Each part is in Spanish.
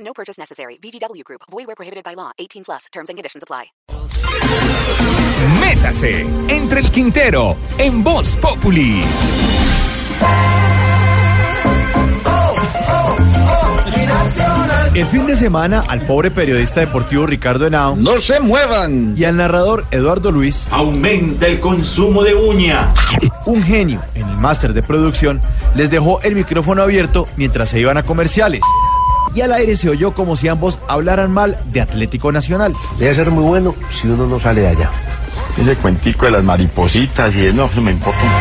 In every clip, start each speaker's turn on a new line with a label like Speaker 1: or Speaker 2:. Speaker 1: No purchase necessary. VGW Group. Void where prohibited by law. 18 plus. Terms and conditions apply.
Speaker 2: Métase entre el Quintero en Voz Populi.
Speaker 3: El fin de semana al pobre periodista deportivo Ricardo Henao
Speaker 4: ¡No se muevan!
Speaker 3: y al narrador Eduardo Luis,
Speaker 5: Aumenta el consumo de uña.
Speaker 3: un genio en el máster de producción, les dejó el micrófono abierto mientras se iban a comerciales. Y al aire se oyó como si ambos hablaran mal de Atlético Nacional.
Speaker 6: Debe ser muy bueno si uno no sale de allá.
Speaker 4: Ese cuentico de las maripositas y de no, no me importa un poco.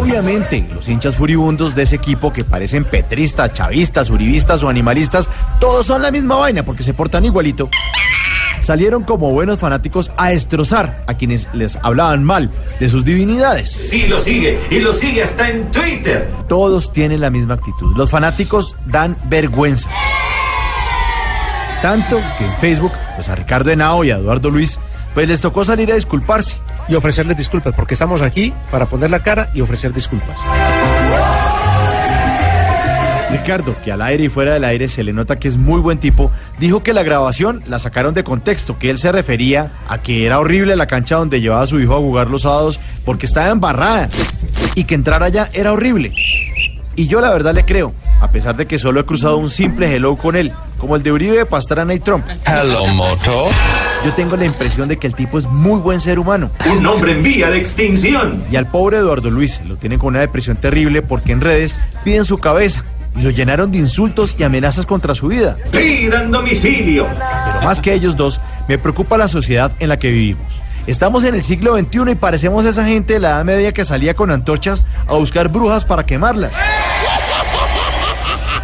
Speaker 3: Obviamente, los hinchas furibundos de ese equipo que parecen petristas, chavistas, uribistas o animalistas, todos son la misma vaina porque se portan igualito. Salieron como buenos fanáticos a destrozar a quienes les hablaban mal de sus divinidades.
Speaker 5: Sí, lo sigue. Y lo sigue hasta en Twitter.
Speaker 3: Todos tienen la misma actitud. Los fanáticos dan vergüenza. Tanto que en Facebook, pues a Ricardo Henao y a Eduardo Luis, pues les tocó salir a disculparse.
Speaker 6: Y ofrecerles disculpas, porque estamos aquí para poner la cara y ofrecer disculpas.
Speaker 3: Ricardo, que al aire y fuera del aire se le nota que es muy buen tipo, dijo que la grabación la sacaron de contexto, que él se refería a que era horrible la cancha donde llevaba a su hijo a jugar los sábados porque estaba embarrada y que entrar allá era horrible. Y yo la verdad le creo, a pesar de que solo he cruzado un simple hello con él, como el de Uribe, Pastrana y Trump.
Speaker 4: Hello, moto.
Speaker 3: Yo tengo la impresión de que el tipo es muy buen ser humano.
Speaker 5: Un hombre en vía de extinción.
Speaker 3: Y al pobre Eduardo Luis lo tienen con una depresión terrible porque en redes piden su cabeza y lo llenaron de insultos y amenazas contra su vida.
Speaker 5: Pidan domicilio.
Speaker 3: Pero más que ellos dos, me preocupa la sociedad en la que vivimos. Estamos en el siglo XXI y parecemos esa gente de la Edad Media que salía con antorchas a buscar brujas para quemarlas.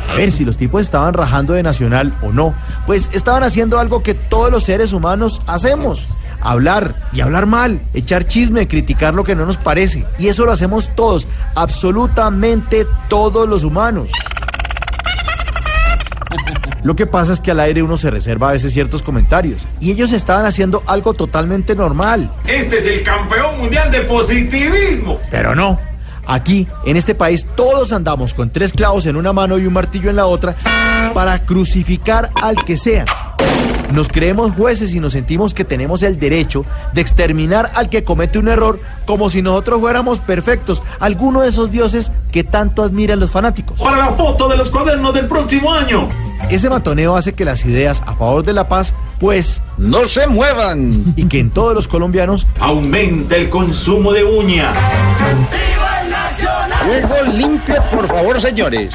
Speaker 3: A ver si los tipos estaban rajando de Nacional o no, pues estaban haciendo algo que todos los seres humanos hacemos. Hablar y hablar mal, echar chisme, criticar lo que no nos parece. Y eso lo hacemos todos, absolutamente todos los humanos. Lo que pasa es que al aire uno se reserva a veces ciertos comentarios. Y ellos estaban haciendo algo totalmente normal.
Speaker 5: Este es el campeón mundial de positivismo.
Speaker 3: Pero no. Aquí, en este país, todos andamos con tres clavos en una mano y un martillo en la otra para crucificar al que sea. Nos creemos jueces y nos sentimos que tenemos el derecho de exterminar al que comete un error como si nosotros fuéramos perfectos, alguno de esos dioses que tanto admiran los fanáticos.
Speaker 5: Para la foto de los cuadernos del próximo año.
Speaker 3: Ese matoneo hace que las ideas a favor de la paz, pues,
Speaker 4: ¡No se muevan!
Speaker 3: y que en todos los colombianos
Speaker 5: Aumenta el consumo de uña.
Speaker 4: Juego limpio, por favor, señores.